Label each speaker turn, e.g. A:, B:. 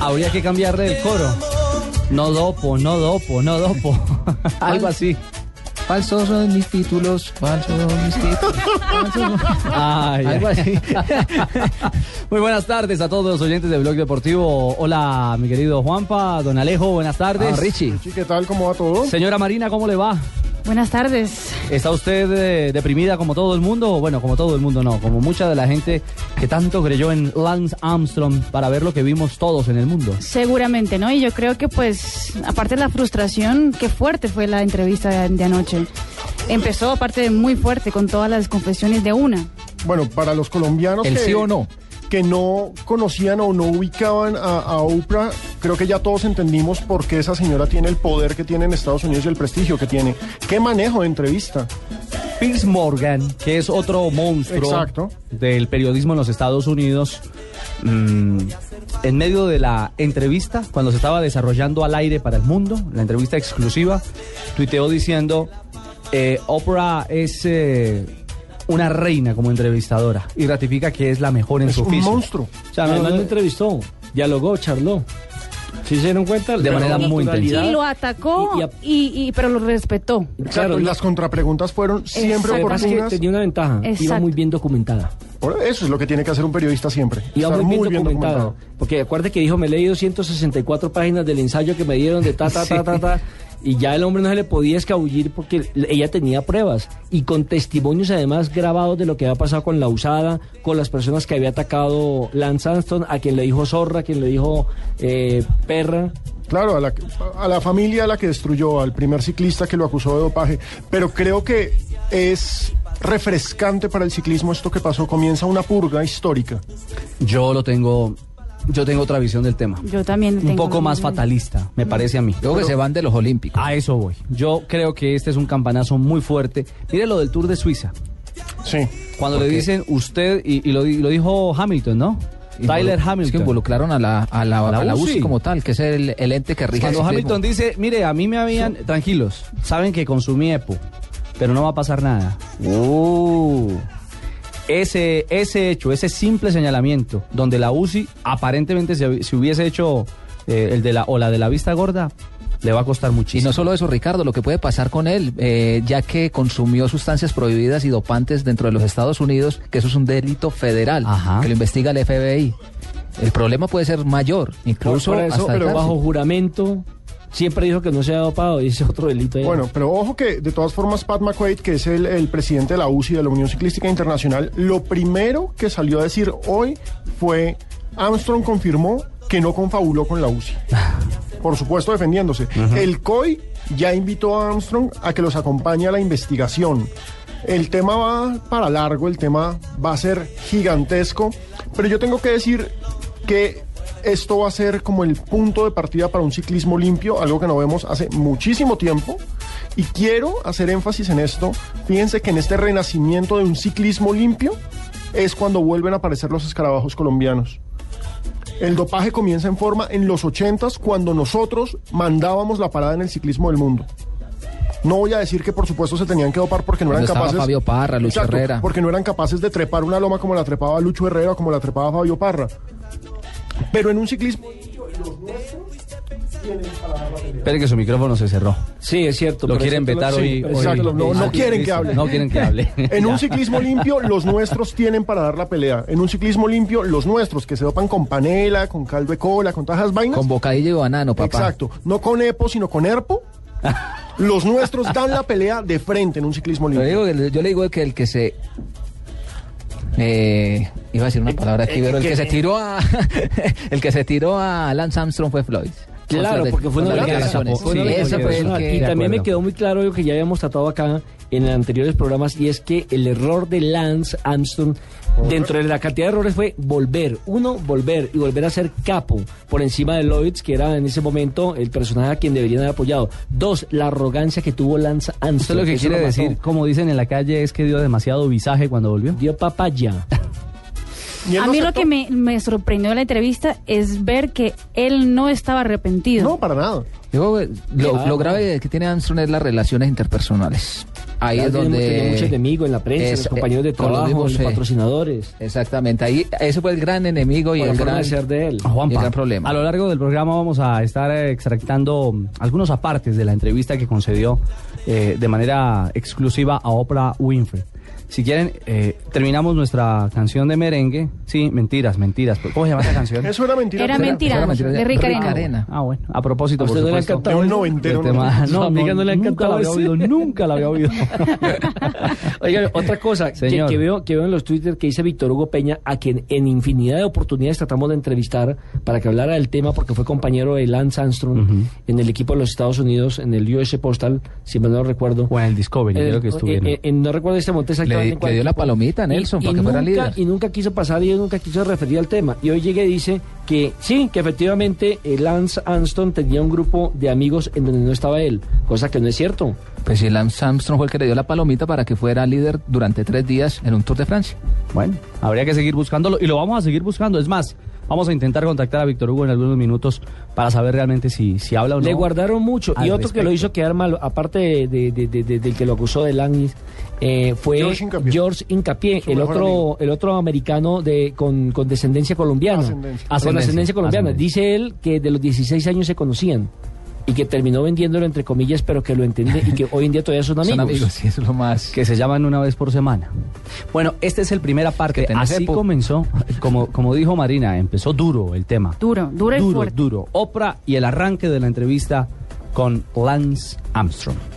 A: Habría que cambiarle el coro. No dopo, no dopo, no dopo. Algo así.
B: Falsos son mis títulos, falsos son mis títulos. falsos
A: Ah,
B: son-
A: Ay,
B: Algo así.
A: Muy buenas tardes a todos los oyentes de Blog Deportivo. Hola, mi querido Juanpa, don Alejo, buenas tardes.
B: Ah, Richie.
C: Sí, ¿qué tal? ¿Cómo va todo?
A: Señora Marina, ¿cómo le va?
D: Buenas tardes.
A: ¿Está usted eh, deprimida como todo el mundo? Bueno, como todo el mundo no, como mucha de la gente que tanto creyó en Lance Armstrong para ver lo que vimos todos en el mundo.
D: Seguramente, ¿no? Y yo creo que, pues, aparte de la frustración, qué fuerte fue la entrevista de, de anoche. Empezó, aparte, muy fuerte, con todas las confesiones de una.
C: Bueno, para los colombianos
B: ¿El
C: que,
B: sí o no?
C: que no conocían o no ubicaban a, a Oprah, creo que ya todos entendimos por qué esa señora tiene el poder que tiene en Estados Unidos y el prestigio que tiene. ¿Qué manejo de entrevista?
A: Piers Morgan, que es otro monstruo
C: Exacto.
A: del periodismo en los Estados Unidos, mm, en medio de la entrevista, cuando se estaba desarrollando al aire para el mundo, la entrevista exclusiva, tuiteó diciendo, eh, Oprah es eh, una reina como entrevistadora y ratifica que es la mejor en
C: Es
A: su
C: un
A: oficio.
C: monstruo.
A: O sea, no-
E: Además
A: no-
E: lo entrevistó, dialogó, charló. ¿Sí se dieron cuenta?
A: De manera muy
E: naturalidad.
A: intensa.
D: Y lo atacó,
E: Y-
D: y,
E: y a-
D: y- pero lo respetó.
C: Exacto,
E: Claro,
C: y
E: no.
C: las contrapreguntas fueron siempre
D: Exacto.
E: Lo que pasa es que
C: oportunas.
E: tenía una ventaja, iba
D: Exacto.
E: muy bien documentada.
C: Ahora, Eso es lo que tiene que hacer un periodista siempre.
E: Iba
C: estar
E: muy, bien, documentada. Porque acuérdate que dijo, me leí 264 páginas del ensayo que me dieron de ta, ta, ta, ta, ta. Y ya el hombre no se le podía escabullir porque l- ella tenía pruebas y con testimonios además grabados de lo que había pasado con la usada, con las personas que había atacado Lance Armstrong, a quien le dijo zorra, a quien le dijo eh, perra.
C: Claro, a la, a la familia a la que destruyó, al primer ciclista que lo acusó de dopaje. Pero creo que es refrescante para el ciclismo esto que pasó. Comienza una purga histórica.
A: Yo lo tengo, yo tengo otra visión del tema.
D: Yo también
A: Un
D: tengo
A: poco
D: la
A: más
D: misma.
A: fatalista, me parece a mí.
B: Luego que se van de los Olímpicos.
A: A eso voy. Yo creo que este es un campanazo muy fuerte. Mire lo del Tour de Suiza.
C: Sí.
A: Cuando le dicen usted, y, y lo, di- lo dijo Hamilton, ¿no? Tyler
B: Involu- Es que
A: Hamilton.
B: involucraron a la, a la,
A: la
B: a la UCI
A: UCI.
B: como tal, que es el, el ente que rige el
A: Cuando
B: ciclismo.
A: Hamilton dice, mire, a mí me habían... Tranquilos, saben que consumí EPO, pero no va a pasar nada. Uh. Ese, ese hecho, ese simple señalamiento, donde la UCI aparentemente se, se hubiese hecho eh, el de la, o la de la vista gorda, le va a costar
B: Y
A: muchísimo.
B: no solo eso, Ricardo, lo que puede pasar con él, eh, ya que consumió sustancias prohibidas y dopantes dentro de los Estados Unidos, que eso es un delito federal,
A: Ajá.
B: que lo investiga el FBI. El problema puede ser mayor, incluso
E: Por eso,
B: hasta
E: pero
B: el
E: bajo juramento, siempre dijo que no se había dopado, dice otro delito. ahí.
C: Bueno, pero ojo que de todas formas Pat McQuaid, que es el, el presidente de la UCI, de la Unión Ciclística Internacional, lo primero que salió a decir hoy fue Armstrong confirmó que no confabuló con la UCI. Por supuesto defendiéndose. El COI ya invitó a Armstrong a que los acompañe a la investigación. El tema va para largo, el tema va a ser gigantesco, pero yo tengo que decir que esto va a ser como el punto de partida para un ciclismo limpio, algo que no vemos hace muchísimo tiempo. Y quiero hacer énfasis en esto. Fíjense que en este renacimiento de un ciclismo limpio es cuando vuelven a aparecer los escarabajos colombianos. El dopaje comienza en forma en los 80s cuando nosotros mandábamos la parada en el ciclismo del mundo. No voy a decir que por supuesto se tenían que dopar porque no
B: Cuando
C: eran
B: estaba
C: capaces.
B: Fabio Parra, Lucho
C: Exacto,
B: Herrera.
C: Porque no eran capaces de trepar una loma como la trepaba Lucho Herrera o como la trepaba Fabio Parra. Pero en un ciclismo
A: Espere que su micrófono se cerró.
E: Sí, es cierto.
A: Lo
E: pero
A: quieren
E: eso-
A: vetar
E: sí,
A: hoy.
E: pero
A: hoy-
C: Exacto,
E: sí,
C: no-
E: sí,
B: Ah,
C: no
E: sí.
C: quieren que hable.
A: No quieren que hable.
C: En
A: Ya.
C: un ciclismo limpio, los nuestros tienen para dar la pelea. En un ciclismo limpio, los nuestros, que se dopan con panela, con caldo de cola, con tajas vainas.
B: Con bocadillo y banano, papá.
C: Exacto. No con EPO, sino con ERPO. los nuestros dan la pelea de frente en un ciclismo
B: Yo le digo,
C: limpio.
B: que- yo le digo que el que se... eh, iba a decir una palabra aquí, pero el que se tiró a el que se tiró a Lance Armstrong fue Floyd.
E: Claro,
B: Contra-
E: porque fue una
B: contra
A: de-
E: venganza.
B: declaraciones.
E: fue una
A: Sí,
E: venganza
B: ese fue el
E: personal.
B: que-
E: Y
A: de
E: también me
A: acuerdo.
E: quedó muy claro algo que ya habíamos tratado acá en anteriores programas y es que el error de Lance Armstrong dentro de la cantidad de errores fue volver, uno, volver y volver a ser capo por encima de Lloyds, que era en ese momento el personaje a quien deberían haber apoyado. Dos, la arrogancia que tuvo Lance Armstrong.
A: Usted lo que
E: Eso
A: quiere
E: mató.
A: decir, como dicen en la calle, es que dio demasiado visaje cuando volvió.
E: Dio papaya.
C: Y él
D: A
C: lo
D: mí lo
C: aceptó.
D: que me, me sorprendió de la entrevista es ver que él no estaba arrepentido.
C: No, para nada.
B: Yo, eh, lo,
E: Ah.
B: lo grave que tiene Armstrong es las relaciones interpersonales. Ahí
E: Ya
B: es
E: tenemos- tenía muchos
B: donde...
E: enemigos en la prensa,
B: es-
E: los compañeros de
B: eh, como lo
E: trabajo,
B: dijo
E: los
B: usted.
E: patrocinadores.
B: Exactamente, ahí ese fue el gran enemigo
E: Por
B: y
E: la
B: el
E: forma
B: gran...
E: de ser de él.
B: Y el
A: Juanpa,
B: gran problema.
A: a lo largo del programa vamos a estar eh, extractando mm, algunos apartes de la entrevista que concedió eh, de manera exclusiva a Oprah Winfrey. Si quieren, eh, terminamos nuestra canción de merengue. Sí, mentiras, mentiras. ¿Cómo se llama esa canción?
C: Eso era mentira.
D: Era
C: pero-
D: mentira,
B: Era mentira,
D: de Rick
B: Rick
D: Arena.
B: Arena.
A: Ah, bueno. A propósito,
E: ¿A
A: por
E: usted no le ha
A: supuesto.
E: encantado
C: De un
E: eso?
A: del
C: noventero. ¿no?
A: tema-
E: Ah, No, amiga, no le ha
A: nunca la
E: encantado
A: había
E: ese.
A: oído, nunca la había oído.
E: Oiga, otra cosa que,
A: Señor.
E: que veo, que veo en los Twitter que dice Víctor Hugo Peña, a quien en infinidad de oportunidades tratamos de entrevistar para que hablara del tema, porque fue compañero de Lance Armstrong
A: Ujú.
E: en el equipo de los Estados Unidos, en el US Postal, si mal no recuerdo.
A: o en el Discovery,
E: En el-
A: creo que estuvieron.
E: en- en- eh, no recuerdo este monte
B: Le,
E: exactamente. en
B: le
E: cuál
B: dio la
E: equipo.
B: palomita a Nelson
E: Y-
B: para
E: y
B: que fuera
E: nunca-
B: líder.
E: Y nunca quiso pasar y nunca quiso referir al tema. Y hoy llega y dice que sí, que efectivamente eh, Lance Armstrong tenía un grupo de amigos en donde no estaba él, cosa que no es cierto.
B: Pues sí, Lance Armstrong fue el que le dio la palomita para que fuera líder durante tres días en un Tour de Francia.
A: Bueno, habría que seguir buscándolo y lo vamos a seguir buscando. Es más, vamos a intentar contactar a Víctor Hugo en algunos minutos para saber realmente si, si habla o no.
E: Le guardaron mucho.
A: al
E: y otro que lo
A: respecto.
E: hizo quedar mal, aparte de, de- de- de- de- del que lo acusó de Langis, eh, fue
C: George Hincapié.
E: George Hincapié,
C: Su
E: el
C: mejor
E: otro,
C: amigo.
E: el otro americano de, con, con descendencia colombiana.
C: Ascendencia.
E: Con
A: Ascendencia,
E: ascendencia colombiana.
A: ascendencia.
E: Dice él que de los 16 años se conocían y que terminó vendiéndolo entre comillas, pero que lo entiende y que hoy en día todavía son amigos.
B: Son amigos, sí, eso es lo más.
A: que se llaman una vez por semana. Bueno, este es el primer aparte.
B: Que tenés
A: Así
B: epo.
A: comenzó, como, como dijo Marina, empezó duro el tema.
D: Duro, duro y
A: duro,
D: fuerte.
A: duro. Oprah y el arranque de la entrevista con Lance Armstrong.